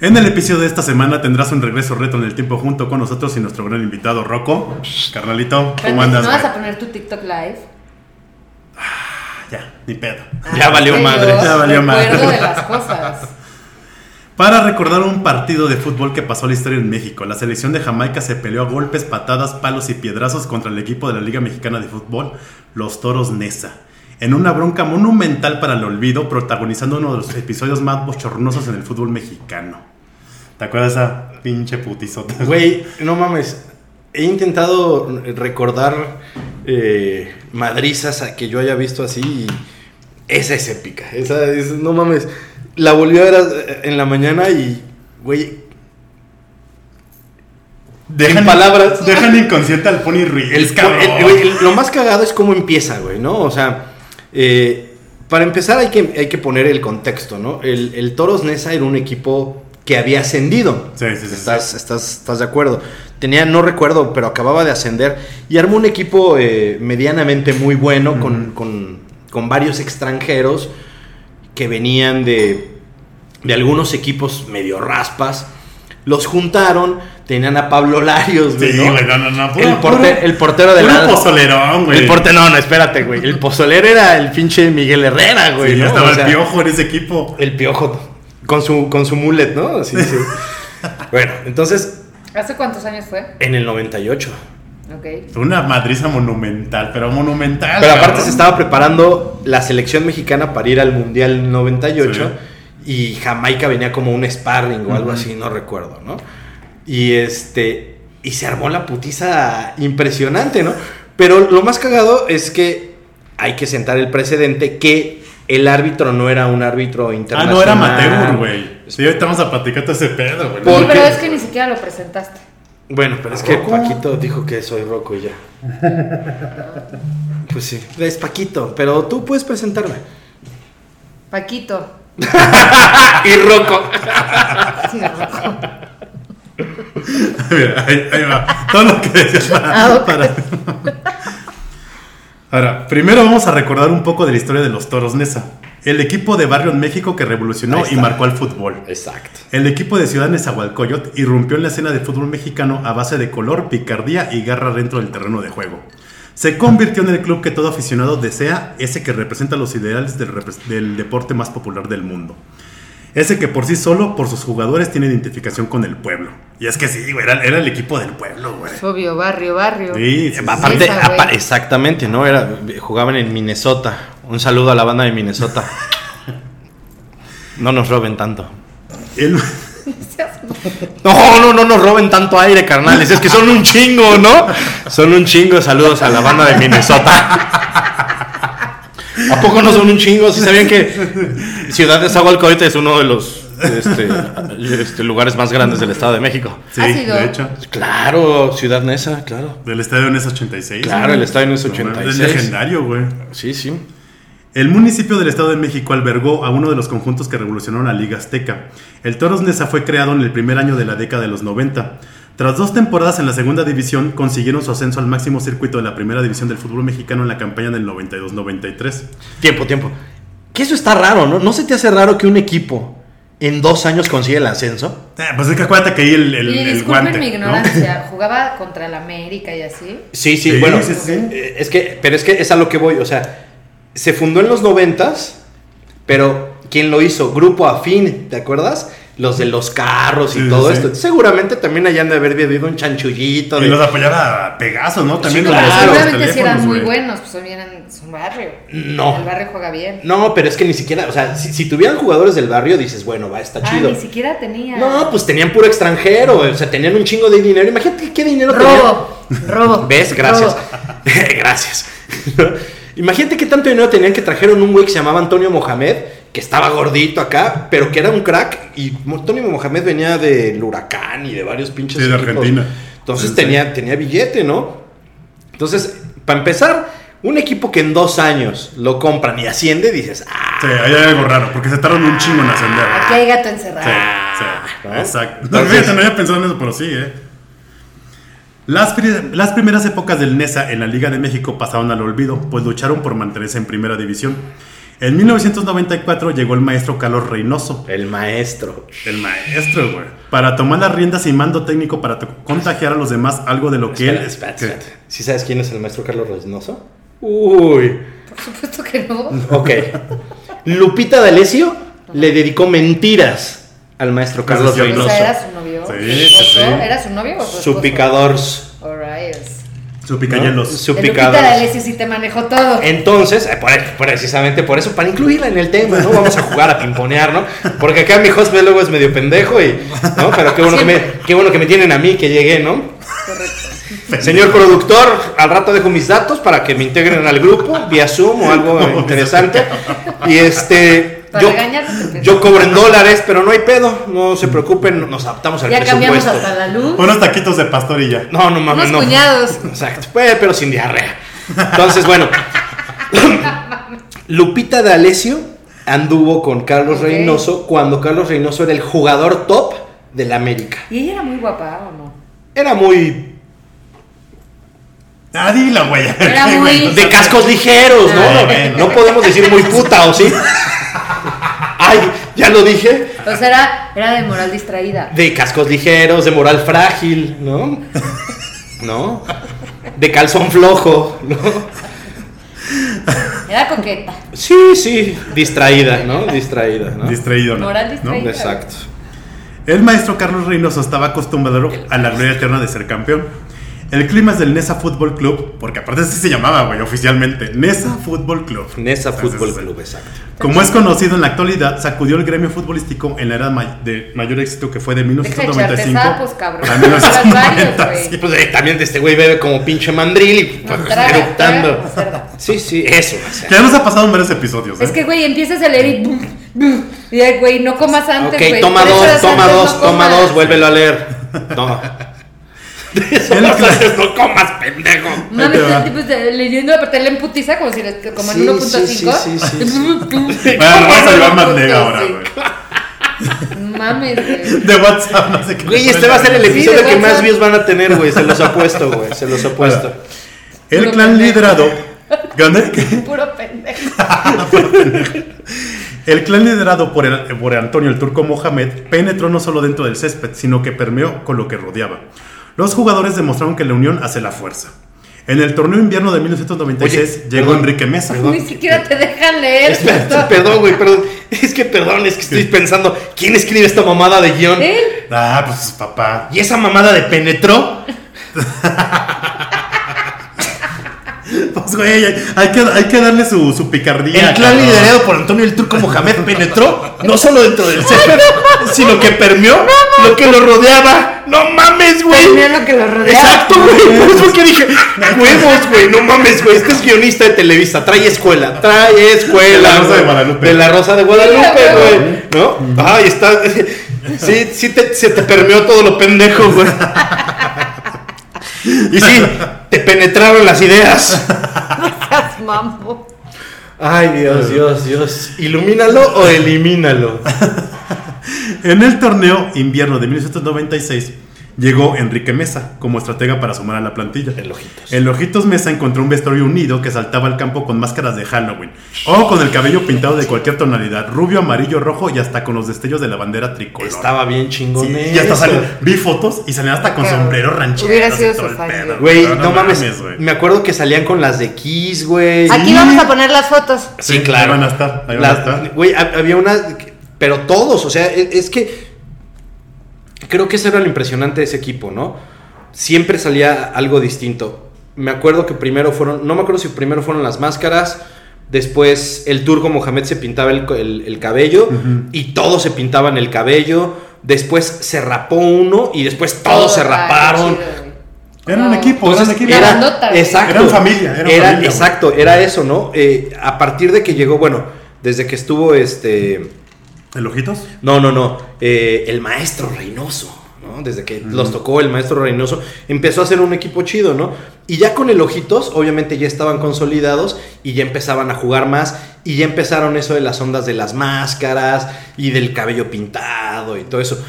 En el episodio de esta semana tendrás un regreso reto en el tiempo junto con nosotros y nuestro gran invitado Rocco. Carnalito, Pero entonces ¿cómo andas? ¿No vas güey? a poner tu TikTok live? Ya, ni pedo. Ya valió Ay, madre. Dios, Ya valió madre. recuerdo de las cosas. Para recordar un partido de fútbol que pasó a la historia en México, la selección de Jamaica se peleó a golpes, patadas, palos y piedrazos contra el equipo de la Liga Mexicana de Fútbol, los Toros Nesa, en una bronca monumental para el olvido, protagonizando uno de los episodios más bochornosos en el fútbol mexicano. ¿Te acuerdas de esa pinche putizota? Güey, no mames. He intentado recordar eh, madrizas a que yo haya visto así y esa es épica. Esa es, no mames. La volví a ver a- en la mañana y, güey, Dejan, En palabras. Dejan inconsciente al Pony Ruiz, el, cabrón. el- güey, el- lo más cagado es cómo empieza, güey, ¿no? O sea, eh, para empezar hay que, hay que poner el contexto, ¿no? El, el Toros Nesa era un equipo que había ascendido. Sí, sí, sí, sí. Estás, estás, estás de acuerdo. Tenía, no recuerdo, pero acababa de ascender y armó un equipo eh, medianamente muy bueno con, con- con varios extranjeros que venían de, de algunos equipos medio raspas. Los juntaron, tenían a Pablo Larios, güey, Sí, ¿no? güey, no, no, no. El, porte- el portero de del la. pozolerón, güey. El portero, no, no, espérate, güey. El pozolero era el pinche Miguel Herrera, Sí, güey. ya ¿no? estaba O sea, el piojo en ese equipo. El piojo. Con su, con su mulet, ¿no? Sí, sí. bueno, entonces, ¿Hace cuántos años fue? en el 98. Ok. Una madriza monumental, pero monumental. Pero aparte cabrón. se estaba preparando la selección mexicana para ir al Mundial 98 y Jamaica venía como un sparring o algo Ujú. así, no recuerdo, ¿no? Y este y se armó la putiza impresionante, ¿no? Pero lo más cagado es que hay que sentar el precedente que el árbitro no era un árbitro Ah, internacional. no, era amateur, güey. Sí, ahorita vamos a platicar todo ese pedo, güey. ¿Por Sí, qué? pero es que ni siquiera lo presentaste. Bueno, pero es que ¿Rocco? Paquito dijo que soy Rocco y ya. Pues sí, es Paquito, pero tú puedes presentarme. Paquito. y Rocco. Sí, Rocco. Mira, ahí, ahí va. Todo lo que decías para, Ah, ok. para- Ahora, primero vamos a recordar un poco de la historia de los Toros Nesa. El equipo de barrio en México que Ahí revolucionó y está. marcó al fútbol. Exacto. El equipo de Ciudad Nezahualcóyotl irrumpió en la escena de fútbol mexicano a base de color, picardía y garra dentro del terreno de juego. Se convirtió en el club que todo aficionado desea, ese que representa los ideales del, repres- del deporte más popular del mundo. Ese que por sí solo, por sus jugadores, tiene identificación con el pueblo. Y es que sí, güey, era, era el equipo del pueblo, güey. Es obvio, barrio, barrio. Sí, sí, sí. Aparte, Esa, güey. apa- exactamente, ¿no? Era, jugaban en Minnesota. Un saludo a la banda de Minnesota. No nos roben tanto. El- No, no, no nos roben tanto aire, carnales. Es que son un chingo, ¿no? Son un chingo. Saludos a la banda de Minnesota. ¿A poco no son un chingo? Si sabían que Ciudad de Zahualcoyote es uno de los este, este, lugares más grandes del Estado de México. sí, ¿Ha sido? de hecho. Claro, Ciudad Nesa, claro. Del estadio en 86. Claro, el estadio en ese No mames, 86. Es legendario, güey. Sí, sí. El municipio del Estado de México albergó a uno de los conjuntos que revolucionaron la Liga Azteca. El Toros Neza fue creado en el primer año de la década de los 90. Tras dos temporadas en la segunda división, consiguieron su ascenso al máximo circuito de la primera división del fútbol mexicano en la campaña del 92-93. Tiempo, tiempo. Que eso está raro, ¿no? ¿No se te hace raro que un equipo en dos años consigue el ascenso? Eh, pues es que acuérdate que ahí el, el, y el disculpen guante. mi ¿no? ignorancia, jugaba contra el América y así. Sí, sí, Sí, bueno. sí, sí. eh, Es que, pero es que es a lo que voy. O sea, se fundó en los noventas, pero ¿quién lo hizo? Grupo Afín, ¿te acuerdas? Los de los carros y Sí, sí, todo sí. esto. Seguramente también hayan de haber vivido un chanchullito. Y De... los apoyaba a Pegaso, ¿no? También Sí, los- claro. los Seguramente si eran teléfonos, muy güey. buenos, pues eran es un barrio. No. El barrio juega bien. No, pero es que ni siquiera, o sea, si, si tuvieran jugadores del barrio, dices, bueno, va, está ah, chido. ni siquiera tenía. No, pues tenían puro extranjero, o sea, tenían un chingo de dinero. Imagínate qué- qué dinero tenían. Robo, pues. robo. ¿Ves? Gracias. robo. Gracias. Imagínate qué tanto dinero tenían que trajeron un güey que se llamaba Antonio Mohamed, que estaba gordito acá, pero que era un crack. Y Mo- Antonio Mohamed venía del Huracán y de varios pinches. Sí, de equipos. Argentina. Entonces Sí, sí. tenía, tenía billete, ¿no? Entonces, para empezar, un equipo que en dos años lo compran y asciende, dices, ah, Sí, ahí hay algo raro, porque se tardan un chingo en ascender. Aquí hay gato encerrado. Sí, sí, ¿no? Ah. exacto. No, Entonces- fíjate, no había pensado en eso, pero sí, ¿eh? Las, pri- las primeras épocas del NESA en la Liga de México pasaron al olvido, pues lucharon por mantenerse en primera división. En 1994 llegó el maestro Carlos Reynoso. El maestro. El maestro, güey. Para tomar las riendas y mando técnico para to- contagiar a los demás algo de lo que él. Espérate, espérate, espérate. ¿Sí sabes quién es el maestro Carlos Reynoso? Uy. Por supuesto que no. Ok. Lupita D'Alessio le dedicó mentiras al maestro Carlos Entonces, yo- O Reynoso. sea, era su novio. Sí, ¿Su sí, esposo? sí. ¿Era su novio o su Su esposo? picador. Alright. Su picayelos. Su El picador. Lupita D'Alessio sí te manejó todo. Entonces, eh, por- precisamente por eso, para incluirla en el tema, ¿no? Vamos a jugar a pimponear, ¿no? Porque acá mi husband luego es medio pendejo y, ¿no? Pero qué bueno, que me, qué bueno que me tienen a mí, que llegué, ¿no? Señor productor, al rato dejo mis datos para que me integren al grupo, vía Zoom o algo interesante. Y este... Para Yo, regañarte, te pendejo. yo cobro en dólares, pero no hay pedo, no se preocupen, nos adaptamos al Ya cambiamos presupuesto. hasta la luz. Unos taquitos de pastorilla. No, no mames, Unos no. cuñados. Exacto, pues, pero sin diarrea. Entonces, bueno, Lupita D'Alessio anduvo con Carlos Ok. Reynoso cuando Carlos Reynoso era el jugador top del América. ¿Y ella era muy guapa o no? Era muy Ah, dilo, güey. Era muy- de cascos ligeros, Ah, ¿no? bueno. No podemos decir muy puta, ¿o sí? Ay, ya lo dije. O sea, era, era de moral distraída. De cascos ligeros, de moral frágil, ¿no? ¿No? De calzón flojo, ¿no? Era coqueta. Sí, sí, distraída, ¿no? Distraída, ¿no? Distraído, ¿no? Moral distraída. Exacto. El maestro Carlos Reynoso estaba acostumbrado a la gloria eterna de ser campeón. El clima es del Nesa Fútbol Club, porque aparte así se llamaba, güey, oficialmente. Nesa Fútbol Club. Nesa O sea, Fútbol es- pues, Club, exacto. Como es conocido en la actualidad, sacudió el gremio futbolístico en la era may- de mayor éxito que fue de Deja de echarte 1995 sapos, cabrón. a Eras varios, 1990. güey. Y pues eh, también de este güey bebe como pinche mandril y pues, traga, eruptando. traga como cerda. Sí, sí, eso. o sea. Ya nos ha pasado en varios episodios. ¿eh? Es que, güey, empiezas a leer y bum, bum, y ay, güey, no comas antes, Ok, güey. toma Tres dos, horas toma antes dos, no toma comas. dos, vuélvelo a leer. Toma. De eso El no cla- haces, no comas, pendejo. Ahí te Mames, va. el tipo está leyendo aparte le emputiza como si le como Sí, en 1.5. sí, sí, sí, sí. Bueno, lo vamos a llevar más negro nega ahora, güey. Mames, güey. De WhatsApp, no sé qué. Güey, este va a ser el Sí, episodio de que más WhatsApp. views van a tener, güey. Se los apuesto, güey. Se los apuesto. El clan liderado. Gané- Puro pendejo. El clan liderado por, el- por Antonio el Turco Mohamed penetró no solo dentro del césped, sino que permeó con lo que rodeaba. Los jugadores demostraron que la unión hace la fuerza. En el torneo invierno de 1996 Oye, llegó perdón, Enrique Mesa. perdón. Ni siquiera te dejan leer. Espérate, perdón, güey, perdón. Es que perdón, es que estoy pensando, ¿quién escribe esta mamada de guión? Él, Ah, pues sus papá. ¿Y esa mamada de penetró? Pues güey, hay, hay que, hay que darle su, su picardía. El clan cabrón. liderado por Antonio el Turco Mohamed penetró no solo dentro del césped, sino que permeó lo que lo rodeaba. ¡No mames, mira güey! lo que lo rodea. Exacto, güey. Por eso es que dije, huevos, güey, no mames, güey. Este es guionista de Televisa, trae escuela, trae De la escuela. Rosa güey. de Guadalupe. De la Rosa de Guadalupe, Sí, güey. güey. ¿No? Ay, está. Sí, sí, te- se te permeó todo lo pendejo, güey. Y sí, te penetraron las ideas. Estás mambo. Ay, Dios, Dios, Dios. Ilumínalo o elimínalo. En el torneo invierno de 1996 llegó Enrique Mesa como estratega para sumar a la plantilla. El Ojitos. El Ojitos Mesa encontró un vestuario unido que saltaba al campo con máscaras de Halloween o con el cabello pintado de cualquier tonalidad, rubio, amarillo, rojo y hasta con los destellos de la bandera tricolor. Estaba bien chingón. ¿eh? Sí, eso. y hasta salió- vi fotos y salían hasta con Claro. sombrero ranchero. Hubiera y sido todo el su fan, pedo, Güey, no, pero mames. güey. me acuerdo que salían con las de Kiss, güey. Aquí Sí. vamos a poner las fotos. Sí, Sí, claro. ahí van a estar, ahí van Las- a estar. Güey, ha- había una. Pero todos, o sea, e- es que. Creo que eso era lo impresionante de ese equipo, ¿no? Siempre salía algo distinto. Me acuerdo que primero fueron. No me acuerdo si primero fueron las máscaras. Después el turco Mohamed se pintaba el, co- el- el cabello. Y todos se pintaban el cabello. Después se rapó uno. Y después todos se Ay, raparon. qué chido, güey. Eran un No. equipo, eran un Entonces, equipo. era, Una bandota, güey. exacto, Eran familia, eran era, familia, güey. Exacto, era eso, ¿no? Eh, a partir de que llegó, bueno, desde que estuvo este. ¿El Ojitos? No, no, no. eh, el maestro Reynoso, ¿no? Desde que los tocó el maestro Reynoso, empezó a ser un equipo chido, ¿no? Y ya con el Ojitos, obviamente ya estaban consolidados y ya empezaban a jugar más y ya empezaron eso de las ondas de las máscaras y del cabello pintado y todo eso.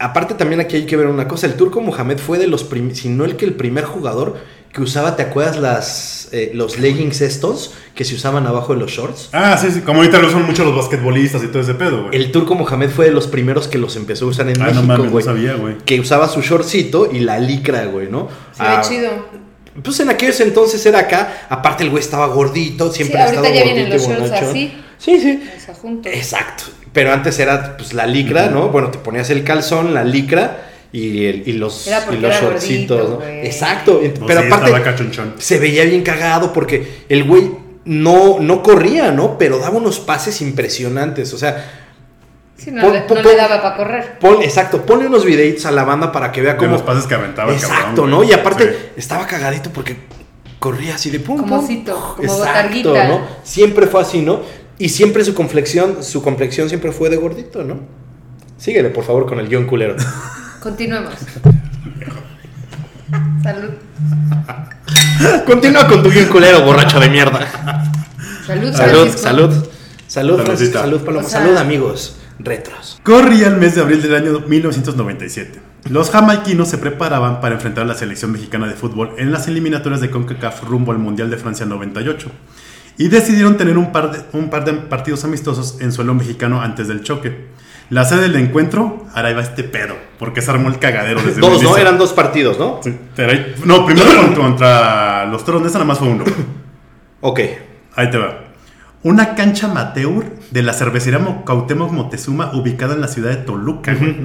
Aparte también aquí hay que ver una cosa, el turco Mohamed fue de los primeros, si no el que el primer jugador que usaba, ¿te acuerdas las, eh, los leggings estos que se usaban abajo de los shorts? Ah, sí, sí. Como ahorita lo usan mucho los basquetbolistas y todo ese pedo, güey. El turco Mohamed fue de los primeros que los empezó a usar en Ah, no México, mames, no güey. sabía, güey. que usaba su shortcito y la licra, güey, ¿no? Se Ah, ve chido. Pues en aquellos entonces era acá, aparte el güey estaba gordito, siempre Sí, ha ahorita estado ya vienen gordito los y shorts bonachón. así. Sí, sí. O sea, juntos. Exacto. Pero antes era pues la licra, ¿no? Bueno, te ponías el calzón, la licra y, el- y los, Era porque y los era shortcitos, gordito, ¿no? güey. Exacto. Ent- No, Pero sí, aparte estaba cachonchón. se veía bien cagado porque el güey no, no corría, ¿no? Pero daba unos pases impresionantes. O sea, Sí, no, Pon- le- pon- no pon- le daba para correr. pon, exacto, ponle unos videitos a la banda para que vea De cómo los pases que aventaba el Exacto, cabrón, ¿no? güey. Y aparte Sí. estaba cagadito porque corría así de pum. Como pum. osito, como Exacto, botarguita. ¿no? Siempre fue así, ¿no? Y siempre su complexión, su complexión siempre fue de gordito, ¿no? Síguele, por favor, con el guión culero. Continuemos. salud. Continúa con tu guión culero, borracho de mierda. Salud, Salud, Francisco. salud. Salud, Saludcita. Francisco, salud, Paloma. Pues O sea- Salud, amigos. Retros. Corría el mes de abril del año 1997. Los jamaiquinos se preparaban para enfrentar a la selección mexicana de fútbol en las eliminatorias de CONCACAF rumbo al Mundial de Francia 98 y decidieron tener un par de, un par de partidos amistosos en suelo mexicano antes del choque. La sede del encuentro, ahora iba este pedo, porque se armó el cagadero desde Dos, el ¿no? inicio. Eran dos partidos, ¿no? Sí, era- No, primero contra, contra los toros, esa nada más fue uno. Ok. Ahí te va. Una cancha amateur de la cervecería Mo- Cuauhtémoc Moctezuma ubicada en la ciudad de Toluca, güey.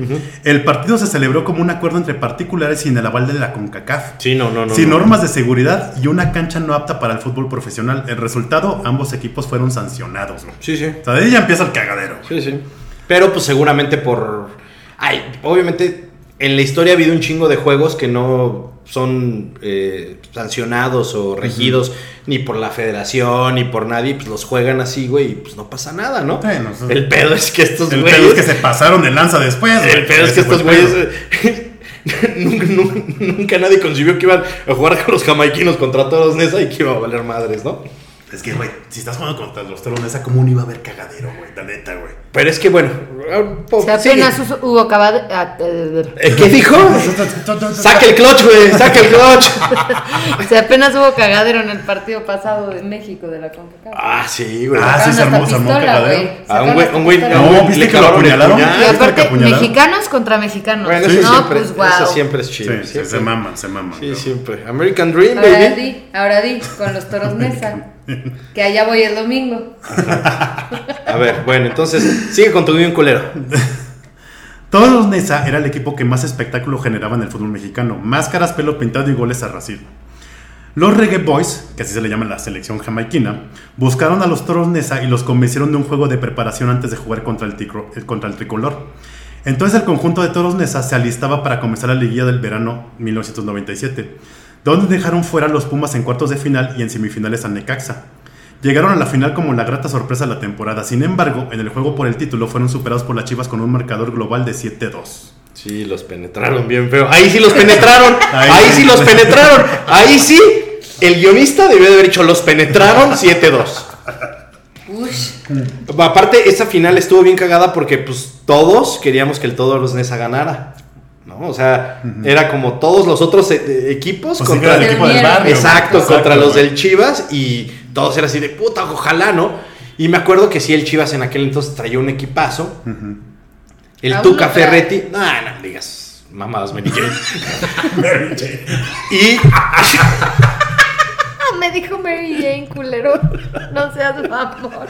El partido se celebró como un acuerdo entre particulares sin el aval de la CONCACAF. Sí, no, no, no. sin no. normas de seguridad y una cancha no apta para el fútbol profesional. El resultado, ambos equipos fueron sancionados. güey. Sí, sí. O sea, de ahí ya empieza el cagadero. güey. Sí, sí. Pero pues seguramente por... Ay, obviamente en la historia ha habido un chingo de juegos que no son eh, sancionados o regidos ni por la federación ni por nadie, pues los juegan así, güey, y pues no pasa nada, ¿no? Sí, no, eso- el pedo es que estos El güeyes... pedo es que se pasaron de lanza después. güey. El pedo es Ese que fue el estos pedo. güeyes... eh, nunca, nunca- nunca nadie concibió que iban a jugar con los jamaiquinos contra todos Nesa y que iba a valer madres, ¿no? Es que, güey, si estás jugando contra los toros, esa común iba a haber cagadero, güey. La neta, güey. Pero es que bueno... ah, O sea, sigue. apenas us- hubo acabado. ah, eh, ¿Eh, ¿Qué dijo? Saca el clutch, güey, saca el clutch. O sea, apenas hubo cagadero en el partido pasado de México de la CONCACAF. Ah, sí, güey. Ah, sí, se Sacaron armó- hasta se armó un pistola, cagadero. güey. Ah, un Sacaron güey- hasta un güey- pistola. No, Le ¿viste que lo clavaron el apuñalaron? puñal. Y ¿viste que lo aparte, apuñalaron? mexicanos contra mexicanos. Bueno, Sí. eso, no, siempre, pues wow. eso siempre es Sí, chido. sí, siempre. se maman, se maman. Sí, güey. siempre. American Dream, Ahora baby. di, ahora di, con los toros mesa. Que allá voy el domingo. A ver, bueno, entonces sigue con tu guión culero. Todos los Nesa era el equipo que más espectáculo generaba en el fútbol mexicano. Máscaras, pelo pintado y goles a racismo. Los Reggae Boys, que así se le llama la selección jamaiquina, buscaron a los toros Nesa y los convencieron de un juego de preparación antes de jugar contra el, ticro- eh, contra el tricolor. Entonces el conjunto de toros Nesa se alistaba para comenzar la liguilla del verano 1997, donde dejaron fuera a los Pumas en cuartos de final y en semifinales a Necaxa. Llegaron a la final como la grata sorpresa de la temporada, sin embargo, en el juego por el título fueron superados por las Chivas con un marcador global de 7-2. Sí, los penetraron bien feo. Ahí sí los penetraron. Ahí Ahí sí. sí los penetraron. Ahí sí. El guionista debió de haber dicho, los penetraron 7-2. Ush. Aparte, esa final estuvo bien cagada porque pues todos queríamos que el todos los Nesa ganara. ¿No? O sea, era como todos los otros eh, eh, Pues equipos sí, contra era el equipo del barrio, Exacto, güey. contra los güey. del Chivas y todos eran así de puta, ojalá, ¿no? Y me acuerdo que sí, el Chivas en aquel entonces traía un equipazo. Ujú. El Aún Tuca lo trae. Ferretti. No, no digas mamadas, Mary Jane. y Ah, me dijo Mary Jane, culero. No seas mamón.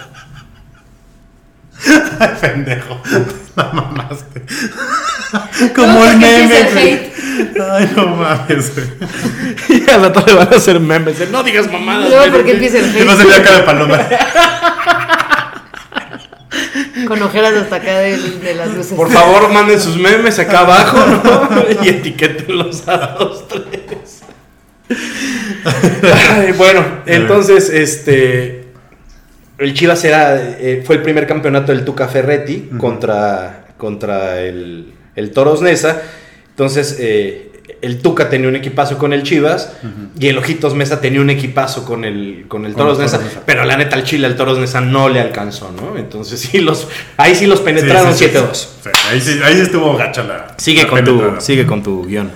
Ay, pendejo. La mamaste. Como No, el porque sí meme. es el güey. Ay, no mames, güey. y al rato le van a hacer memes. de, No digas mamadas. Luego Mary porque Jane". empieza el Yo no Facebook se acá de paloma. con ojeras hasta acá de, de las luces. Por favor, manden sus memes acá abajo, ¿no? Y etiquétenlos a dos, tres. Ay, bueno, entonces, este. El Chivas era, eh, fue el primer campeonato del Tuca Ferretti contra, contra el, el Toros Nesa. Entonces, eh, el Tuca tenía un equipazo con el Chivas y el Ojitos Mesa tenía un equipazo con el, con el Con Toros el Toros Nesa. Neza. Pero la neta, al Chile, al Toros Nesa no le alcanzó, ¿no? Entonces, sí los, ahí sí los penetraron 7-2. Sí, sí, sí. Sí, ahí, sí- ahí estuvo gacha la. Sigue la con tu, penetrada. sigue con tu guión.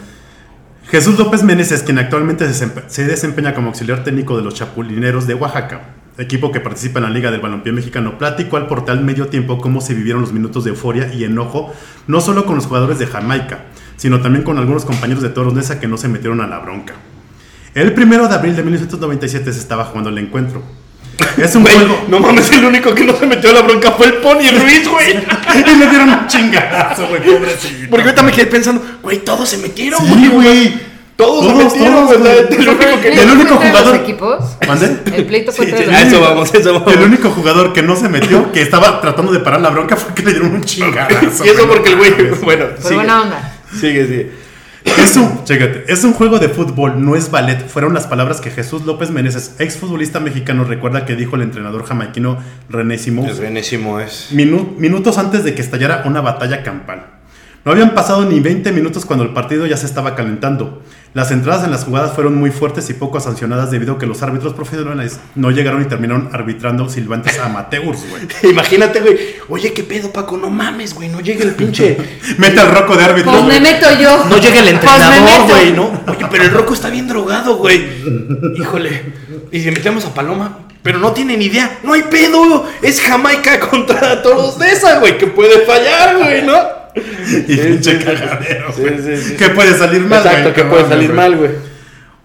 Jesús López Meneses, quien actualmente se desempe- se desempeña como auxiliar técnico de los Chapulineros de Oaxaca, equipo que participa en la Liga del Balompié Mexicano, platicó al portal Medio Tiempo cómo se vivieron los minutos de euforia y enojo, no solo con los jugadores de Jamaica, sino también con algunos compañeros de Toros Nesa que no se metieron a la bronca. El primero de abril de 1997 se estaba jugando el encuentro. Es un Güey, juego. no mames, el único que no se metió a la bronca fue el Pony Ruiz, güey. y le dieron un chingadazo, güey, pobrecito. Porque ahorita me quedé pensando, güey, todos se metieron, Sí, güey. güey. Todos, se Todos, metieron, todos, ¿verdad? güey. El único que- El único contra jugador- los equipos? ¿Mande? El pleito Sí, contra sí, los a eso equipos. vamos, a eso vamos. El único jugador que no se metió, que estaba tratando de parar la bronca, fue que le dieron un chingadazo. Y eso güey. porque el güey, bueno, Por sigue, buena onda. sigue, sigue. Es un, chécate, es un juego de fútbol, no es ballet. Fueron las palabras que Jesús López Meneses, exfutbolista mexicano, recuerda que dijo el entrenador jamaiquino René Simón buenísimo, es. minu- minutos antes de que estallara una batalla campal. No habían pasado ni 20 minutos cuando el partido ya se estaba calentando. Las entradas en las jugadas fueron muy fuertes y poco sancionadas debido a que los árbitros profesionales no llegaron y terminaron arbitrando silbantes amateurs, güey. Imagínate, güey. Oye, qué pedo, Paco, no mames, güey, no llega el pinche. Mete al roco de árbitro. Pues me güey. meto yo. No llega el Pues me entrenador, meto. güey, ¿no? Oye, pero el Roco está bien drogado, güey. Híjole. Y si metemos a Paloma, pero no tienen idea. No hay pedo. Es Jamaica contra todos de esa, güey, que puede fallar, güey, ¿no? Y pinche sí, cagadero, sí, güey. sí, sí. ¿Qué puede salir mal, Exacto, güey? que No puede mames, salir güey. mal, güey.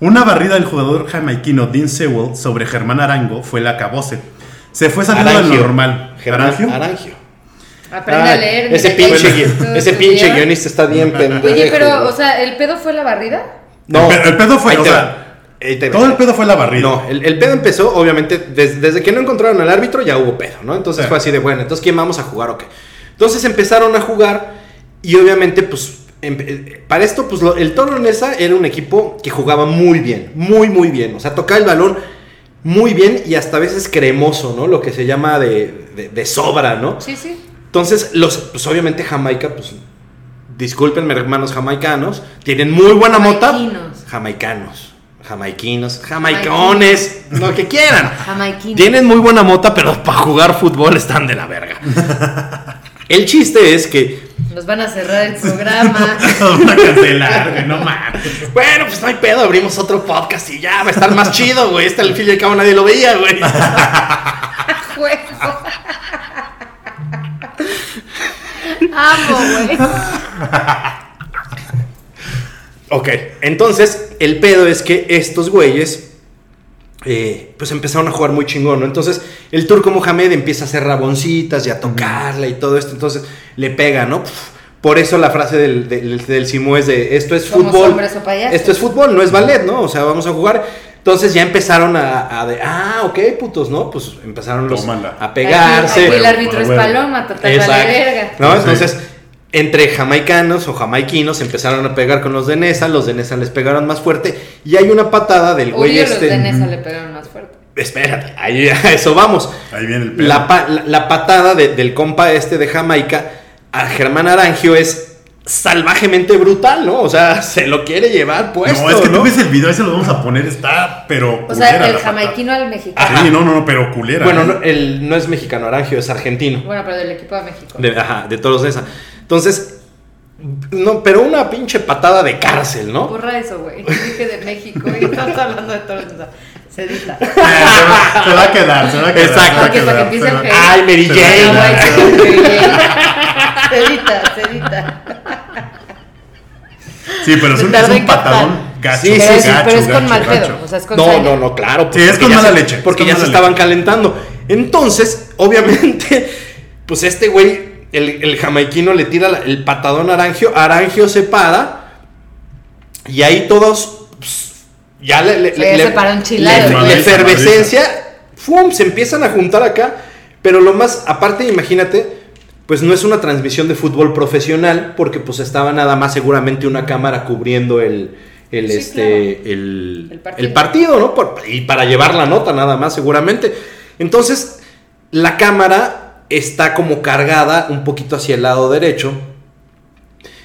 Una barrida del jugador jamaiquino Dean Sewell sobre Germán Arango fue la acabose. Se fue saliendo de lo normal. Germán ¿Arangio? Arangio. Aprende a Ay, leer. Ese mira, pinche, ya gui- todo ese pinche estudiado. guionista está bien pendejo. Oye, pero, o güey. sea, ¿el pedo fue la barrida? El pedo- el pedo fue, Ahí o te sea, va. Ahí te va. Todo el pedo fue la barrida. No, el, el pedo empezó, obviamente, des- desde que no encontraron al árbitro ya hubo pedo, ¿no? Entonces Sí. fue así de, bueno, entonces ¿quién vamos a jugar o qué? Entonces empezaron a jugar y obviamente, pues, empe- para esto, pues, lo- el Toro Nesa era un equipo que jugaba muy bien, muy, muy bien. O sea, tocaba el balón muy bien y hasta a veces cremoso, ¿no? Lo que se llama de, de- de sobra, ¿no? Sí, sí. Entonces, los, pues obviamente Jamaica, pues, discúlpenme hermanos jamaicanos, tienen muy buena mota. Jamaiquinos. Jamaicanos. Jamaiquinos, jamaicones, lo que quieran. Jamaiquino. Tienen muy buena mota, pero para jugar fútbol están de la verga. El chiste es que, Nos van a cerrar el programa. Van a cancelar, güey, no mames. bueno, pues no hay pedo, abrimos otro podcast y ya va a estar más chido, güey. Este al fin y al cabo nadie lo veía, güey. Juego. Amo, güey. Ok, entonces el pedo es que estos güeyes eh, pues empezaron a jugar muy chingón, ¿no? Entonces el turco Mohamed empieza a hacer raboncitas y a tocarla y todo esto, entonces le pega, ¿no? Pf, Por eso la frase del, del, del Simú es de esto es Somos fútbol. hombres o payasos. Esto es fútbol, no es ballet, ¿no? O sea, vamos a jugar. Entonces ya empezaron a, a de, ah, ok, putos, ¿no? Pues empezaron los, Tómala. a pegarse. Aquí, aquí el Bueno, árbitro es bueno. paloma, total, vale verga. ¿No? Sí. Entonces, entre jamaicanos o jamaiquinos empezaron a pegar con los de Nesa, los de Nesa les pegaron más fuerte y hay una patada del güey Uriel los este. de Nesa le pegaron más fuerte. Espérate, ahí, a eso vamos. Ahí viene el pedo. La, pa- la- la patada de- del compa este de Jamaica a Germán Arangio es salvajemente brutal, ¿no? O sea, se lo quiere llevar puesto. no, es que ¿no? tú ves el video, ese lo vamos a poner, está, pero. O sea, culera del la patada. jamaiquino al mexicano. Sí, no, no, no, pero culera. Bueno, ¿eh? no, el, no es mexicano Arangio, es argentino. Bueno, pero del equipo de México. De, ajá, de todos esa. Entonces, no, pero una pinche patada de cárcel, ¿no? Borra eso, güey. Dije de México y estamos hablando de todo eso. Se edita. Eh, se, va, se va a quedar, se va a quedar. se Exacto. va a Porque para que empiece quedar, se va- el hate. Ay, Mary Se va a Ah, quedar. Jane. güey, sí, güey. Se edita, se edita. Sí, pero es Se un, tardó es un en captar. patadón gacho. Sí, sí, pero, es- gacho, pero es con gacho, mal gacho. pedo. O sea, es con No, saña. no, no, claro. pues, Sí, es porque con ya mala se- leche, es Porque con ya se mala estaban leche. calentando. Entonces, obviamente, pues este güey, el, el jamaiquino le tira la- el patadón a Arangio. Arangio se para. Y ahí todos. pues, ya le. le, O sea, ya le- se paró enchilado. le- Madriza, la efervescencia. ¡Fum! Se empiezan a juntar acá. Pero lo más. Aparte, imagínate. Pues no es una transmisión de fútbol profesional. Porque pues estaba nada más seguramente una cámara cubriendo el. El, Sí, este, El el, el partido. partido, ¿no? Por- y para llevar la nota nada más seguramente. Entonces, la cámara está como cargada un poquito hacia el lado derecho.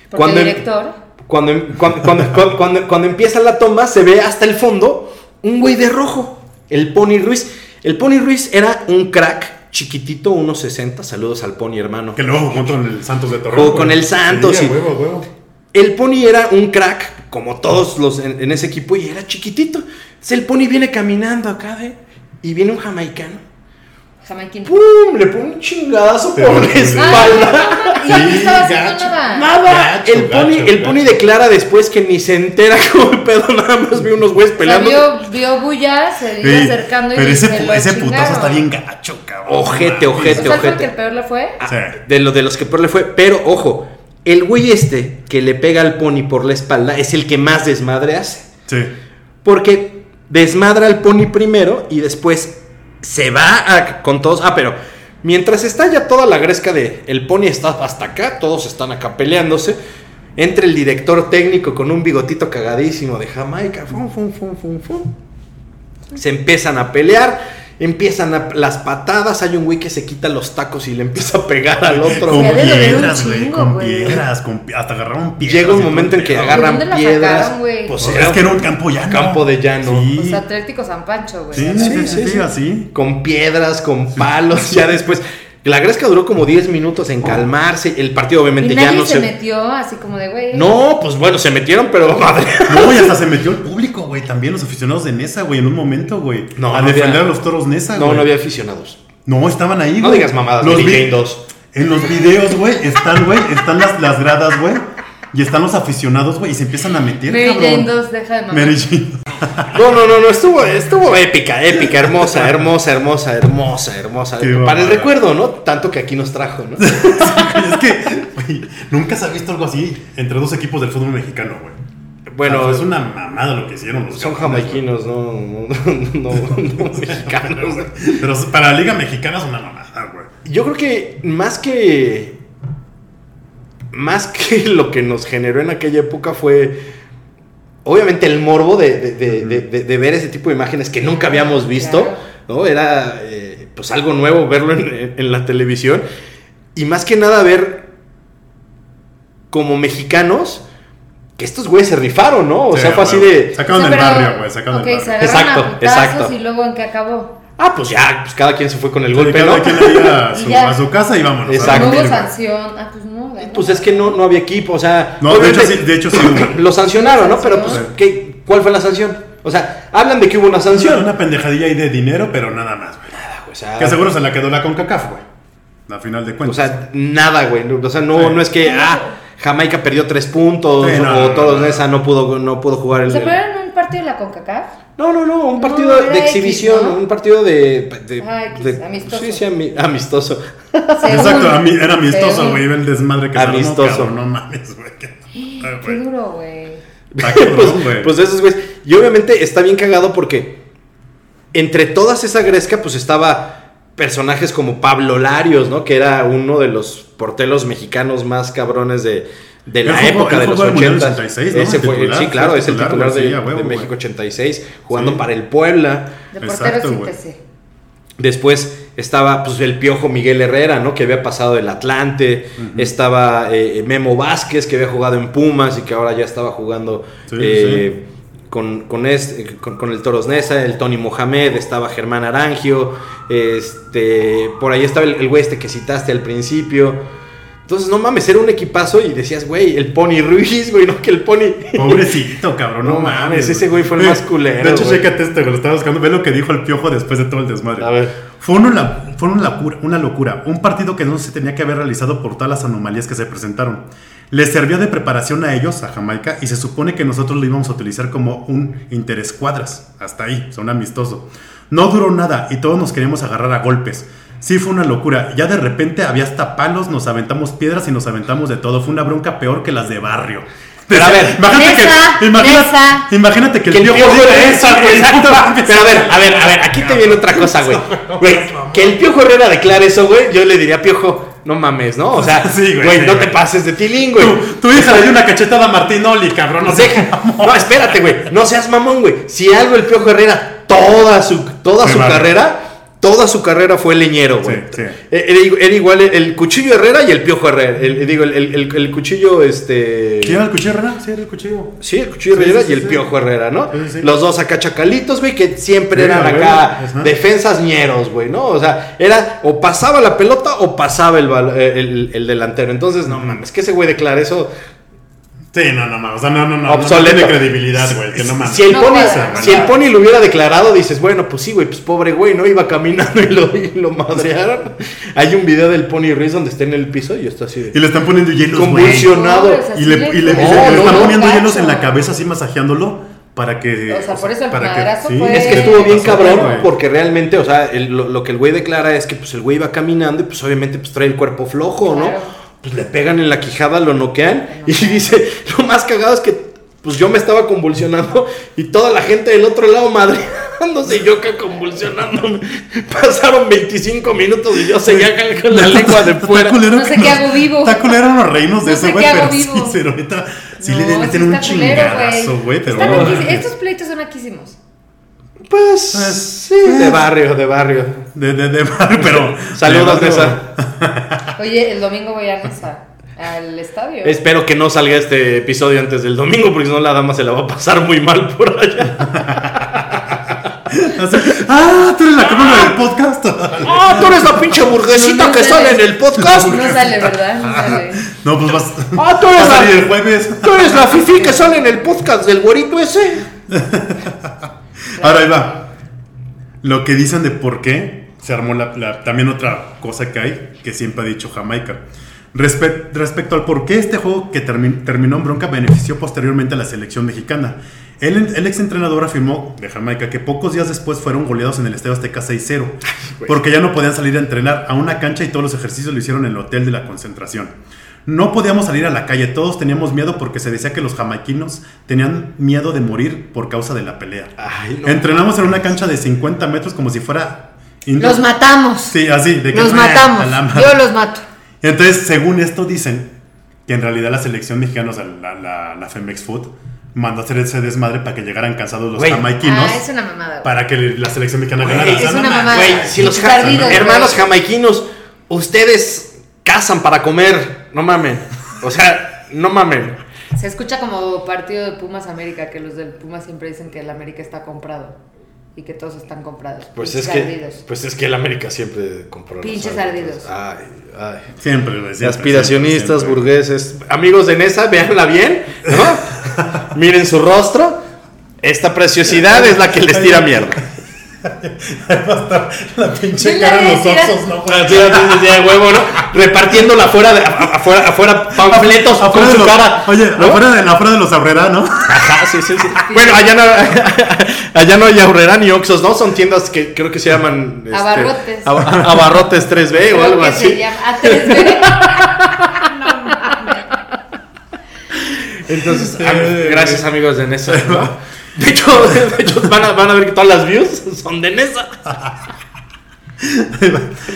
Porque Cuando- el director. Cuando, em- cuando, cuando- cuando- cuando- cuando empieza la toma, se ve hasta el fondo un güey de rojo, el Pony Ruiz. El Pony Ruiz era un crack chiquitito, unos 60. Saludos al Pony, hermano. Que luego jugó con el Santos de Torreón. Jugó con güey. el Santos Sí, y- a huevo, a huevo. El Pony era un crack como todos los en, en ese equipo, y era chiquitito. Entonces el pony viene caminando acá, ¿ve? Y viene un jamaicano. Jamaiquín. ¡Pum! Le pone un chingadazo Pero- por la espalda. Ah, no, no, no, no estaba haciendo gacho. nada. Nada, Gacho, el pony, gacho, el pony gacho. declara después que ni se entera cómo el pedo, nada más vio unos güeyes O sea, peleando. vio, vio bulla, se iba Sí, acercando y pero ese, se pu- lo ese chingaron. putazo está bien gacho, cabrón. Ojete, Mames. ¿O ojete. ¿Sabes por qué ojete. el peor le fue? Ah, Sí. De, lo, de los que peor le fue, pero ojo, el güey este que le pega al pony por la espalda es el que más desmadre hace. Sí. Porque desmadra al pony primero y después se va a- con todos. Ah, pero mientras está ya toda la gresca de el pony está hasta acá, todos están acá peleándose. Entra el director técnico con un bigotito cagadísimo de Jamaica. fum, fum, fum, fum, fum. Se empiezan a pelear, empiezan a- las patadas. Hay un güey que se quita los tacos y le empieza a pegar al otro. Con Ya le dolió un piedras, güey. chingo, Con güey. piedras. Con pi- hasta agarraron piedras. Llega un y momento en todo que el pedo. agarran ¿Dónde la piedras. sacaron, güey? pues, es que era un campo llano. Campo de llano. Sí. O sea, Pues Atlético San Pancho, güey. Sí, ¿no? sí, sí, sí, sí, sí. así. con piedras, con palos, ya después. La gresca duró como 10 minutos Oh. en calmarse. El partido obviamente Y ya nadie no se, se. metió así como de, güey. No, pues bueno, se metieron, pero madre. No, y hasta se metió el público, güey. También los aficionados de Nesa, güey, en un momento, güey. No, a no defender a había- los toros Nesa, No, güey. no había aficionados. No, estaban ahí, güey. No digas mamadas, Los Billie vi- Jean 2. En los videos, güey, están, güey, están las, las gradas, güey. Y están los aficionados, güey, y se empiezan a meter, Mary cabrón. Jane 2, deja de mamar. Mary Jane. No, no, no, no, estuvo, estuvo épica, épica, hermosa, hermosa, hermosa, hermosa, hermosa. Qué Para el mamada. recuerdo, ¿no? Tanto que aquí nos trajo, ¿no? es que, güey, nunca se ha visto algo así entre dos equipos del fútbol mexicano, güey. Ah, Bueno, es una mamada lo que hicieron los son cabrones, güey. jamaiquinos, no, no, no, no, no mexicanos. Pero, güey, Pero para la Liga Mexicana es una mamada, güey. Yo creo que más que. Más que lo que nos generó en aquella época fue. Obviamente el morbo de, de- de- de- de- de ver ese tipo de imágenes que nunca habíamos visto, Claro. ¿no? Era eh, pues algo nuevo verlo en- en- en la televisión. Y más que nada ver como mexicanos que estos güeyes se rifaron, ¿no? O sea, fue así de... O sea, Sacaron del pero- barrio, güey, sacaron Ok, del se barrio. agarraron Exacto, a putazos exacto. y luego en qué acabó. Ah, pues ya, pues cada quien se fue con el golpe, Cada ¿no? quien le iba a Y su, ya. a su casa y vámonos. Exacto. a No dormir, hubo güey. sanción. Ah, pues no, ¿verdad? Pues es que no, no había equipo, o sea. No, de hecho obviamente- sí- de hecho sí hubo. Lo sancionaron, ¿no? Pero pues, Sanción. ¿qué, ¿cuál fue la sanción? O sea, hablan de que hubo una Una, sanción. una pendejadilla ahí de dinero, pero nada más, güey. O sea, Que seguro se la quedó la CONCACAF, güey. A final de Ah. o cuentas. sea, nada, güey. no- O sea, no, Sí. no es que ah, Jamaica perdió tres puntos Sí, no, o no, todos no. esa no pudo, no pudo jugar el. ¿Se acuerdan un partido de la CONCACAF? No, no, no, un No, partido era de X, exhibición, ¿no? un partido de. de- Ah, X, de- amistoso. Sí, sí, ami- amistoso. Exacto, Según. a mí era amistoso, Según. güey. Era el desmadre que se armó, Amistoso. cabrón, no mames, güey. Qué- Ay, Qué güey. duro, güey. Está cabrón, pues, güey. pues de esos güeyes. Y obviamente está bien cagado porque entre todas esa gresca, pues estaba personajes como Pablo Larios, ¿no? Que era uno de los porteros mexicanos más cabrones de, de la Él jugó- época él de los jugó el Mundial 80. 86, ¿no? Ese El fue, titular, sí, claro, fue es el titular, titular, de, sí, a huevo, de güey. México 86, jugando Sí. para el Puebla. De Exacto, porteros güey. IPC. Después estaba pues, el piojo Miguel Herrera, ¿no? Que había pasado del Atlante. Estaba eh, Memo Vázquez, que había jugado en Pumas y que ahora ya estaba jugando Sí, eh, Con, con, este- con- con el Toros Nesa, el Tony Mohamed, estaba Germán Arangio. Este, por ahí estaba el, el güey este que citaste al principio. Entonces, no mames, era un equipazo y decías, güey, el Pony Ruiz, güey, no, que el Pony. Pobrecito, cabrón, no, No mames, mames. ese güey fue el más culero, De hecho, güey. chécate este, güey, lo estaba buscando. Ve lo que dijo el piojo después de todo el desmadre. A ver. Fue, una, la- fue una, locura, una locura, un partido que no se tenía que haber realizado por todas las anomalías que se presentaron. Les servía de preparación a ellos, a Jamaica, y se supone que nosotros lo íbamos a utilizar como un interescuadras. Hasta ahí, son amistoso. No duró nada y todos nos queríamos agarrar a golpes. Sí, fue una locura. Ya de repente había hasta palos, nos aventamos piedras y nos aventamos de todo. Fue una bronca peor que las de barrio. Pero a ver, imagínate Nesa, que, imagínate, Nesa. imagínate que el Que el piojo piojo diga Herrera eso, güey. exacto. No mames. Pero a ver, a ver, a ver, aquí te viene otra cosa, güey. Güey, que el piojo Herrera declare eso, güey, yo le diría, piojo, no mames, ¿no? O sea, Sí, güey, güey, sí, no güey. te pases de tilín, güey. Tú, tu hija le dio una cachetada a Martín Oli, cabrón. No No, sé. deja. no, espérate, güey. No seas mamón, güey. Si algo el piojo Herrera, toda su, toda Sí, su vale. carrera, toda su carrera fue leñero, güey. Sí, sí. Eh, Era, igu- era igual el, el cuchillo Herrera y el piojo Herrera. El- digo, el, el- el- el cuchillo, este. ¿Quién era el cuchillo, Renan? Sí, era el cuchillo. Sí, el Cuchillo Sí, sí, Herrera sí, y el sí. Piojo Herrera, ¿no? Sí, sí. Los dos acá chacalitos, güey, que siempre Sí, eran a huevo, acá ajá. defensas ñeros, güey, ¿no? O sea, era o pasaba la eh, pelota o pasaba el, bal- el, el- el delantero. Entonces, no mames, que ese güey declara eso. Sí, no, no, no, o sea, no, no, no, Obsoleto. no tiene credibilidad, güey, que no mames. Si el, No pony, puede ser, si no. el pony lo hubiera declarado, dices, bueno, pues sí, güey, pues pobre güey, no iba caminando y lo, y lo madrearon. Hay un video del Pony Ruiz donde está en el piso y está así Y de. le están poniendo hielos, güey. Convulsión. Nada. Pobres, así Y le, y le- y le- No, le no, están no, poniendo cacho. hielos en la cabeza, así masajeándolo, para que... O sea, por eso el para madrazo fue- Es que Sí, estuvo bien pasó, cabrón güey. porque realmente, o sea, el- lo, lo que el güey declara es que pues el güey iba caminando y pues obviamente pues trae el cuerpo flojo, ¿no? Claro. Pues le pegan en la quijada, lo noquean y dice, lo más cagado es que pues yo me estaba convulsionando y toda la gente del otro lado madreándose y yo que convulsionándome. Pasaron 25 minutos y yo seguía con la lengua de fuera. Está culero No sé que qué nos- hago vivo. Está culero los reinos de No ese, sé güey, qué hago pero sí, vivo. pero ahorita sí No, le meten un está culero, chingadazo, güey, pero Está no naquísimo. mames. Estos pleitos son naquísimos. Pues Pues, sí, de barrio, de barrio. De, de, de barrio, pero. Saludos, de barrio. César. Oye, el domingo voy a Nesa al estadio. Espero que no salga este episodio antes del domingo, porque si no la dama se la va a pasar muy mal por allá. Así, ah, tú eres la cámara del podcast. ¡Ah, tú eres la pinche No, burguesita no que sale. sale en el podcast! No sale, ¿verdad? No sale. No, pues vas. ¡Ah, tú vas eres a salir el la, jueves. tú eres la fifi que sale en el podcast del güerito ese! Ahora ahí va. Lo que dicen de por qué se armó la, la- también otra cosa que hay que siempre ha dicho Jamaica. Respe- respecto al por qué este juego que termi- terminó en bronca benefició posteriormente a la selección mexicana. El, el ex entrenador afirmó de Jamaica que pocos días después fueron goleados en el Estadio Azteca 6-0, porque ya no podían salir a entrenar a una cancha y todos los ejercicios lo hicieron en el hotel de la concentración. No podíamos salir a la calle, todos teníamos miedo porque se decía que los jamaiquinos tenían miedo de morir por causa de la pelea. Ay, Entrenamos en una cancha de 50 metros como si fuera... indoor. Los matamos. Sí, así. De que, los "Ah, matamos. a la madre". Yo los mato. Entonces, según esto dicen, que en realidad la selección mexicana, o sea, la, la, la Femex Food, mandó a hacer ese desmadre para que llegaran cansados los Güey. jamaiquinos. Ah, es una mamada. güey. Para que la selección mexicana Güey, ganara. O sea, es no una mames. mamada. Güey, si los Pinches ja- ardidos, güey. hermanos jamaiquinos, ustedes cazan para comer. No mamen. O sea, no mamen. Se escucha como partido de Pumas América, que los del Pumas siempre dicen que el América está comprado y que todos están comprados. Pues es Pinches que, ardidos. pues es que el América siempre compró los Pinches árbitros. ardidos. Ay, ay. Siempre, güey, De siempre, aspiracionistas, siempre, siempre. burgueses. Amigos de Nesa, véanla bien. ¿no? Miren su rostro. Esta preciosidad es la que les tira mierda. Va a estar la pinche Yo le cara en voy a Ah, decir a- los oxos, ¿no, güey? Así, así, así, de huevo, ¿no? Repartiéndola afuera, de- a- afuera, afuera panfletos Afuera con de su los- cara. Oye, ¿no? afuera, de, afuera de los Abrera, ¿no? Ajá, sí, sí, sí. Bueno, allá no, allá no hay Aurrera ni Oxos, ¿no? Son tiendas que creo que se llaman... este, Abarrotes. ab- abarrotes 3B o Creo algo que así. se llama ah, a 3B. No mames. Entonces, Sí. am- eh. gracias amigos de Nesa. ¿no? De hecho, de hecho, van, a, van a ver que todas las views son de Nesa.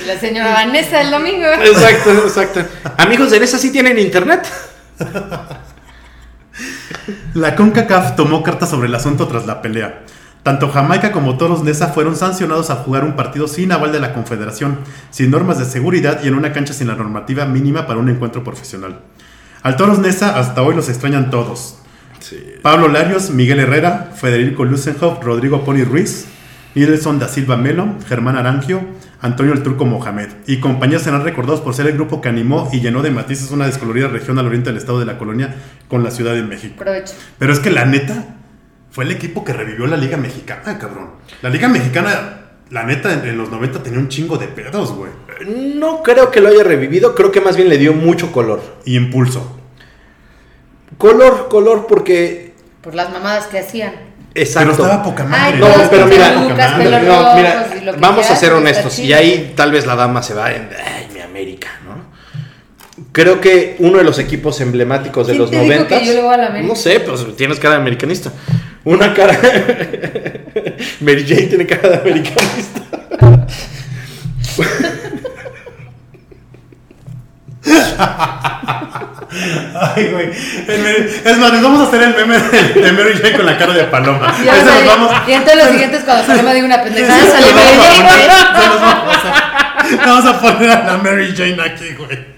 La señora Vanessa el domingo. Pues- Exacto, exacto. Amigos de Nesa sí tienen internet. La CONCACAF tomó cartas sobre el asunto tras la pelea. Tanto Jamaica como Toros Nesa fueron sancionados a jugar un partido sin aval de la Confederación, sin normas de seguridad y en una cancha sin la normativa mínima para un encuentro profesional. Al Toros Nesa hasta hoy los extrañan todos. Pablo Larios, Miguel Herrera, Federico Lusenhoff, Rodrigo Pony Ruiz, Nilson da Silva Melo, Germán Arangio, Antonio el Turco Mohamed y compañías serán recordados por ser el grupo que animó y llenó de matices una descolorida región al oriente del estado de la colonia con la Ciudad de México. Aprovecho. Pero es que la neta, fue el equipo que revivió la Liga Mexicana, cabrón. La Liga Mexicana, la neta, en, en los 90 tenía un chingo de pedos, güey. No creo que lo haya revivido, creo que más bien le dio mucho color. Y impulso. Color, color, porque... Por las mamadas que hacían. Exacto. Pero estaba poca madre. Ay, No, todos pero mira, con pelucas, poca madre. pelos No, mira, rojos y lo que vamos a quieras, ser está honestos. Y chido. ahí tal vez la dama se va en. Ay, mi América, ¿no? Creo que uno de los equipos emblemáticos de ¿Quién los te dijo 90. que yo le voy a la América? No sé, pues tienes cara de americanista. Una cara. Mary Jane tiene cara de americanista. Ay, güey. El Mary- Es más, les vamos a hacer el meme de, de Mary Jane con la cara de paloma. Y, ahora Ese Ah, pues nos sale- vamos. y entonces los siguientes cuando Paloma diga una pendejada ese sale nos Mary vamos a Jane, poner- ¿eh? ese nos vamos a pasar. Vamos a poner a la Mary Jane aquí, güey.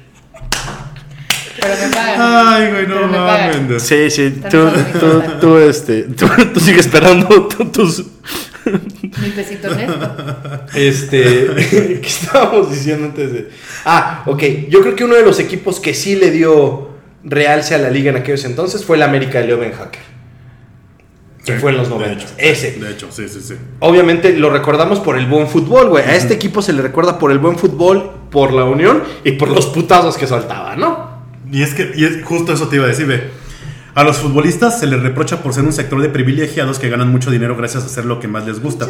Pero me pagan. Ay, güey, Pero no me pagan. mames. Sí, sí. Están tú- tú- conmigo. este. Tú, sigues esperando tus. Mi pesito honesto. Este, ¿qué estábamos diciendo antes de? Ah, ok. Yo creo que uno de los equipos que sí le dio realce a la liga en aquellos entonces fue el América de Leo Ben Hacker. Que fue en los de 90. hecho. Ese. De hecho, sí, sí, sí. Obviamente lo recordamos por el buen fútbol, güey. A este equipo se le recuerda por el buen fútbol, por la unión y por los putazos que soltaba, ¿no? Y es que y es justo eso te iba a decir, ve. A los futbolistas se les reprocha por ser un sector de privilegiados que ganan mucho dinero gracias a hacer lo que más les gusta.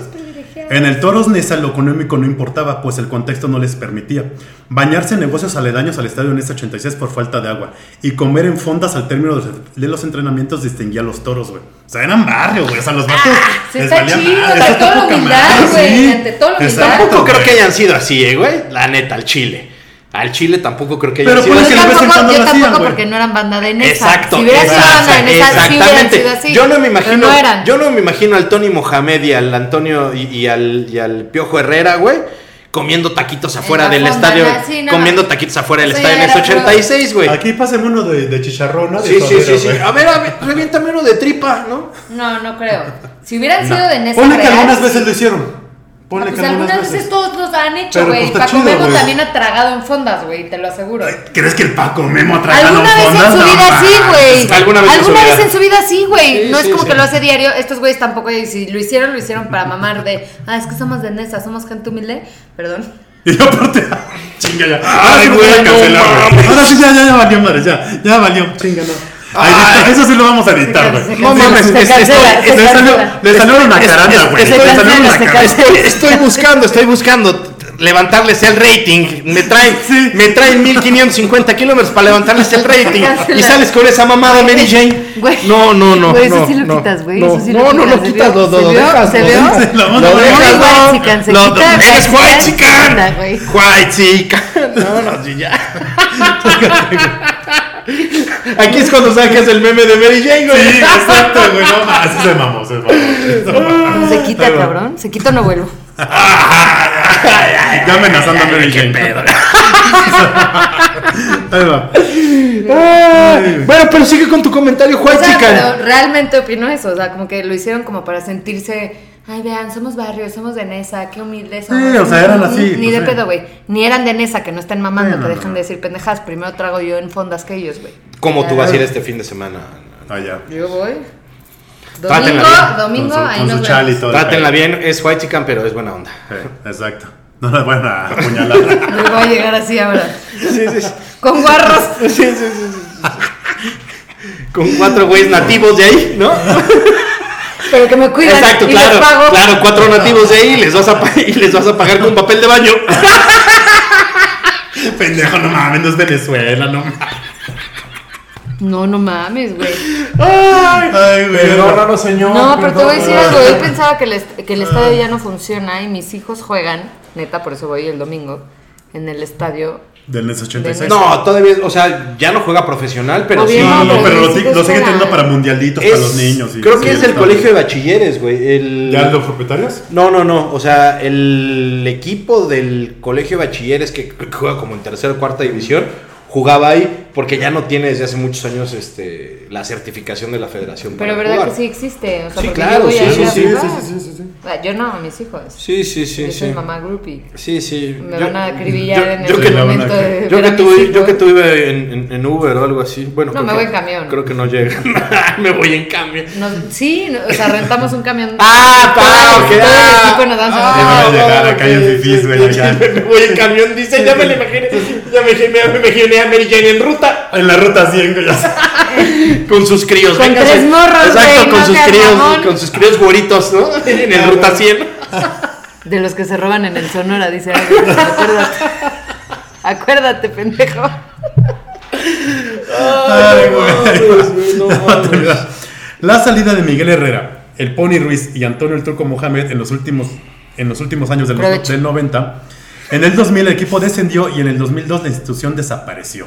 En el Toros Nesa lo económico no importaba, pues el contexto no les permitía. Bañarse en negocios aledaños al estadio Nesa 86 por falta de agua. Y comer en fondas al término de los- de los entrenamientos distinguía a los toros, güey. O sea, eran barrio, güey. O sea, los vatos. Ah, sí, les está valía chido, madre. ante Eso todo la poca humildad, madre, güey, sí. ante todo la Está humildad. poca Tampoco creo madre. que hayan sido así, eh, güey. La neta, al Chile. Al Chile tampoco creo que hayan Pero sido pues así. es que de vez en tampoco- cuando yo lo hacían, tampoco güey. porque no eran banda de Nesa. Exacto. Si hubiera sido exacto, banda de Nesa, sí hubieran exactamente. sido así. Yo no me imagino. Pero no eran. Yo no me imagino al Tony Mohamed y al Antonio y, y al, y al Piojo Herrera, güey. Comiendo taquitos afuera la del fonda, estadio. la- sí, no, comiendo no. taquitos afuera del Eso estadio ya en el era puro- 86, güey. Aquí pasen uno de, de chicharrona. de Sí, sí, sí, suadero, sí. Ah, güey. A ver, a ver, reviéntame uno de tripa, ¿no? No, no creo. Si hubieran sido de Nesa Ponle que real, algunas veces lo hicieron. ah, Ponle pues que algunas veces, todos nos han hecho, Pero, güey. pues, está Paco chido, Memo güey. también ha tragado en fondas, güey, te lo aseguro. ¿Crees que el Paco Memo ha tragado Alguna vez en fondas? su No, vida sí, mames. güey. Alguna vez en su vida. en su vida sí, güey. Sí, no sí, es como sí. que lo hace diario. Estos güeyes tampoco, y si lo hicieron, lo hicieron para mamar de, ah, es que somos de Nesa, somos gente humilde. Perdón. Y yo aparte, ah, chinga ya. Ay, Ahora sí lo güey, voy a no cancelar, güey. mames. Ahora sí, ya, ya, ya valió, madre, ya. Ya valió, chinga, no. Ahí Ay. está, eso sí lo vamos a editar, Se güey. cancela, se cancela, se este, Le salió, cancela. le salió una caranda, güey. estoy, Le salió cancela, una se caranda. estoy- estoy buscando, estoy buscando levantarles el rating. Me traen, Sí. me traen 1550 kilómetros para levantarles el rating. Cancela. Y sales con esa mamada, Mary Jane. Güey. No, no, no. Güey, eso no, sí lo no, quitas, güey, No, eso sí lo no, quitas, no lo ¿se quitas, vio? lo, lo ¿Se vio? dejas. ¿Se lo vio? dejas, Sí, lo lo vamos a dejas, poner. Muy no. guachican, se Lo- quita, Eres guachican, guachican. güey. Guachican. No, no, sí, ya. Aquí es cuando sacas el meme de Mary Jane, güey. Sí, exacto, güey. No más, se mamó, se mamó. se mamó. Se quita, cabrón. Se quita o no vuelvo. Ya amenazando a Mary Qué Jane. pedo. Ahí va. Ah, bueno, pero sigue con tu comentario, Juan O sea, Chican. pero realmente opino eso. O sea, como que lo hicieron como para sentirse. Ay, vean, somos barrios, somos de Nesa, qué humildes somos. Sí, o sea, eran así, Ni, ni de pues, sí. pedo, güey. Ni eran de Nesa, que no estén mamando, Sí, no, que no, dejan no. de decir pendejas. Primero trago yo en fondas que ellos, güey. ¿Cómo tú vas a ir este fin de semana? Allá. Yo voy. Trátenla Domingo, domingo, Con bien, su- ahí con nos su chal y vemos. todo. Trátenla bien, es White Chican, pero es buena onda. Sí, Exacto. No la van a apuñalar. Me voy a llegar así ahora. Sí, sí, sí. Con guarros. Con cuatro güeyes nativos de ahí, ¿no? Pero que me cuidan. Exacto, y les claro. pago. Claro, cuatro nativos de ahí les vas a pa- y les vas a pagar con papel de baño. Pendejo, no mames, no es Venezuela, no mames. No, no mames, güey. Ay, güey. señor. No, pero te voy a decir algo. Yo pensaba que el, est- que el estadio ya no funciona y mis hijos juegan, neta, por eso voy el domingo, en el estadio. Del NES 86. No, todavía, o sea, ya no juega profesional, pero sí. Obvio. No, no, No, pero pero lo, sí ti- te lo siguen esperan. teniendo para mundialitos, para Es- los niños. y- creo sí, que es el está colegio de bien. bachilleres, güey. El... ¿Ya los propietarios? No, no, no. O sea, el equipo del colegio de bachilleres que juega como en tercera o cuarta división jugaba ahí porque ya no tiene desde hace muchos años este, la certificación de la federación. Pero para verdad jugar. que sí existe. O sea, Sí, porque claro, yo voy sí, a ir sí, a sí, jugar. sí, sí. Ah, Yo no, a mis hijos. Sí, sí, sí. yo soy sí. mamá groupie. Sí, sí. Me Yo- van a acribillar en yo el que- momento yo de. ver Yo que, a mis tuve, yo hijos. que tuve en, en- en Uber o algo así. Bueno, No, creo me que- voy en camión. Creo que no llega. me voy en camión. Nos- sí, no, o sea, rentamos un camión. Ah, Todo pa, el- ok. todo el ah. equipo nos damos Te van Ah, a ok, llegar acá en ok, fifís, sí, güey, sí, allá. sí, Me voy en camión, dice, ya me lo imaginé. Ya me, me, me imaginé a Mary Jane en ruta. En la ruta 100, güey, ya sé. Con sus críos. Con venga, tres sí. morros, Exacto, güey, con no sus seas críos, mamón. con sus críos güeritos, ¿no? En el ruta 100. De los que se roban en el Sonora, dice alguien. Acuérdate. Acuérdate, pendejo. Ay, güey. No, No, te va. La salida de Miguel Herrera, el Pony Ruiz y Antonio El Turco Mohamed en los últimos, en los últimos años del, Aprovecho. del 90. En el 2000 el equipo descendió y en el 2002 la institución desapareció.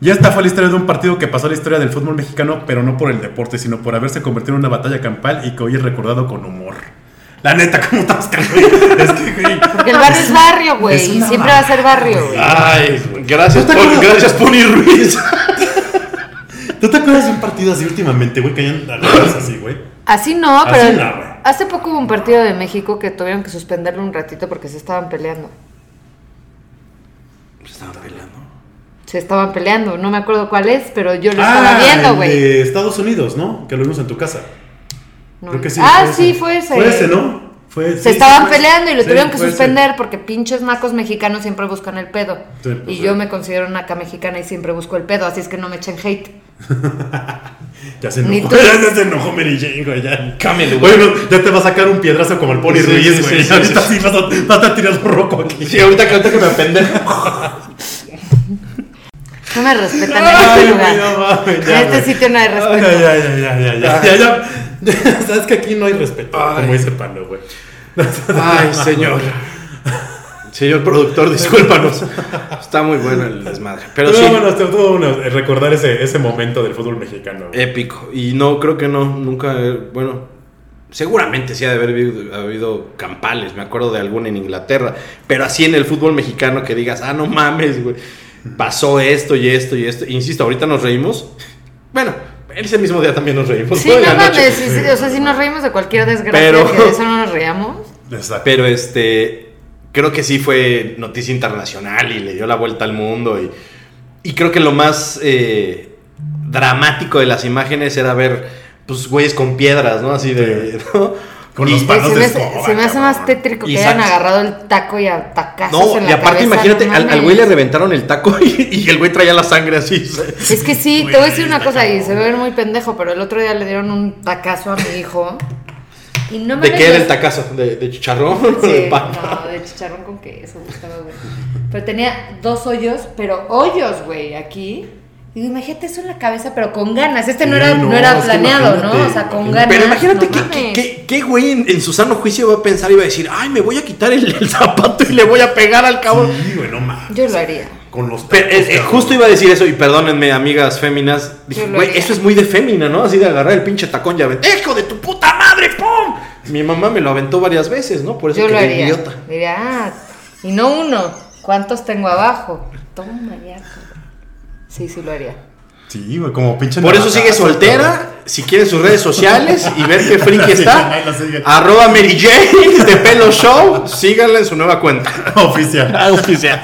Y esta fue la historia de un partido que pasó a la historia del fútbol mexicano, pero no por el deporte, sino por haberse convertido en una batalla campal y que hoy es recordado con humor. La neta, ¿cómo estás, cabrón? Es que, güey, Porque el barrio es barrio, güey. es Y una siempre va a ser barrio, güey. Ay, gracias, ¿No te Pon- acuerdas? gracias Pony Ruiz. ¿Tú te acuerdas de un partido así últimamente, güey? Que hayan agarrados así, güey. Así no, Así pero no, güey. hace poco hubo un partido de México que tuvieron que suspenderlo un ratito porque se estaban peleando. Estaban peleando. se estaban peleando. No me acuerdo cuál es, pero yo lo Ah, estaba viendo, el güey. de Estados Unidos, ¿no? Que lo vimos en tu casa. No. Creo que sí. ah, fue ese. sí, fue ese. Fue ese, ¿no? Fue- sí, Se sí, estaban fue ese. peleando y lo Sí, tuvieron que fue ese. suspender porque pinches macos mexicanos siempre buscan el pedo. Sí, pues, y sí. yo me considero una acá mexicana y siempre busco el pedo, así es que no me echen hate. Ya se Ni enojó. tú. Ya se enojó Mary Jane, güey. Ya. Cámelo, güey. Güey, no, ya te va a sacar un piedrazo como el Pony Sí, sí, Ruiz, sí, güey. sí, sí, ahorita sí. sí vas a, vas a tirar roco aquí. Sí, ahorita que, ahorita que me apendejo. No me respetan en Ay, este güey, lugar. no mames, ya, en este güey. sitio no hay respeto. Ay, ya, ya, ya, ya, ya, ya, ya. ya. Sabes que aquí no hay respeto, como dice Pablo, güey. Ay, señor. Señor productor, discúlpanos. Está muy bueno el desmadre. Pero Pero, sí, bueno, estuvo todo bueno recordar ese, ese momento del fútbol mexicano. Eh, güey. épico. Y no, creo que no, nunca, eh, bueno, seguramente sí ha de haber habido, habido campales, me acuerdo de alguna en Inglaterra, pero así en el fútbol mexicano que digas, ah, no mames, güey, pasó esto y esto y esto. Insisto, ahorita nos reímos. Bueno, ese mismo día también nos reímos. Sí, ¿no? En no Pues la noche. mames, sí, sí, o sea, si nos reímos de cualquier desgracia, Pero- que de eso no nos reamos. Exacto. Pero este, creo que sí fue noticia internacional y le dio la vuelta al mundo. Y, y creo que lo más eh, dramático de las imágenes era ver, pues, güeyes con piedras, ¿no? Así de. ¿no? Con Y- los palos se, de me, escoba, se me hace más cabrón. tétrico que Y hayan sacas- agarrado el taco y a tacazos No, en la y cabeza, aparte, imagínate, no al, al mames. güey le reventaron el taco y, y el güey traía la sangre así. Es que sí, Güey, te voy a decir una está cosa y cabrón. se ve muy pendejo, pero el otro día le dieron un tacazo a mi hijo. Y no me ¿De lo qué era des- el tacazo? ¿De, de chicharrón? o Sí, de papa? no, de chicharrón con queso, gustaba, güey. Pero tenía dos hoyos, pero hoyos, güey, aquí. Y digo, imagínate eso en la cabeza, pero con ganas. Este no Sí, era, no, no, era es que planeado, ¿no? imagínate, O sea, con imagínate. ganas. Pero imagínate no que- que, mames. que- que güey en, en su sano juicio va a pensar y va a decir, ay, me voy a quitar el, el zapato y le voy a pegar al cabrón. Sí, güey, no mames. Yo lo haría. Con los Pero, eh, eh, cabrón. justo iba a decir eso, y perdónenme, amigas féminas. Dije, Yo lo güey, haría. eso es muy de fémina, ¿no? Así de agarrar el pinche tacón y aventar. ¡Hijo de tu puta madre! ¡Pum! Mi mamá me lo aventó varias veces, ¿no? Por eso Yo lo quedé haría. idiota. Diría, ah, y no uno. ¿Cuántos tengo abajo? Toma ya. cabrón. Sí, sí lo haría. Sí, güey, como pinche. Por eso navajazo, sigue soltera. Si quieren sus redes sociales y ver qué friki La siguen, está, ahí la siguen. arroba Mary Jane de Pelo Show, síganla en su nueva cuenta. cabrón. Oficial. Ah, Oficial.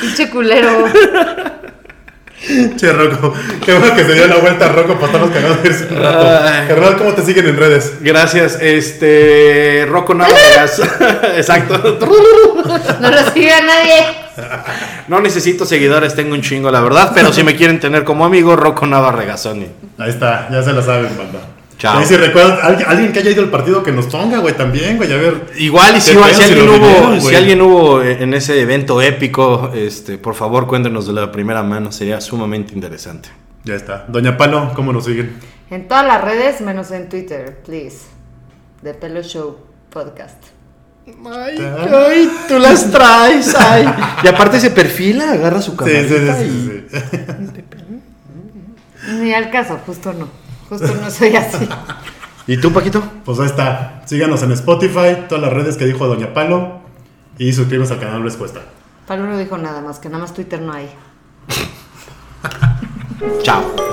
Pinche culero. Che, Rocco. Qué bueno que se dio la vuelta a Rocco para estarnos cagados de risa un rato. Ay. Carnal, ¿cómo te siguen en redes? Gracias, este. Rocco Navajas. Exacto. No lo sigue a nadie. No necesito seguidores, tengo un chingo, la verdad. Pero si me quieren tener como amigo, Rocco Navarregasoni. Ahí está, ya se la saben, banda. Chao. Ahí si recuerdan, alguien, alguien que haya ido al partido que nos ponga, güey, también, güey, a ver. Igual, y si, Qué pedo si si alguien lo hubo, vieron, si güey. alguien hubo en ese evento épico, este, por favor cuéntenos de la primera mano, sería sumamente interesante. Ya está. Doña Palo, ¿cómo nos siguen? En todas las redes, menos en Twitter, please. The Pelo Show Podcast. Ay, tú las traes, ay. Y aparte se perfila, agarra su Sí, sí, camarita sí, sí, sí. Ni al caso, justo no. Justo no soy así. y... ¿Y tú, Paquito? Pues ahí está. Síganos en Spotify, todas las redes que dijo Doña Palo. Y suscríbanse al canal Les Cuesta. Pablo no dijo nada más, que nada más Twitter no hay. Chao.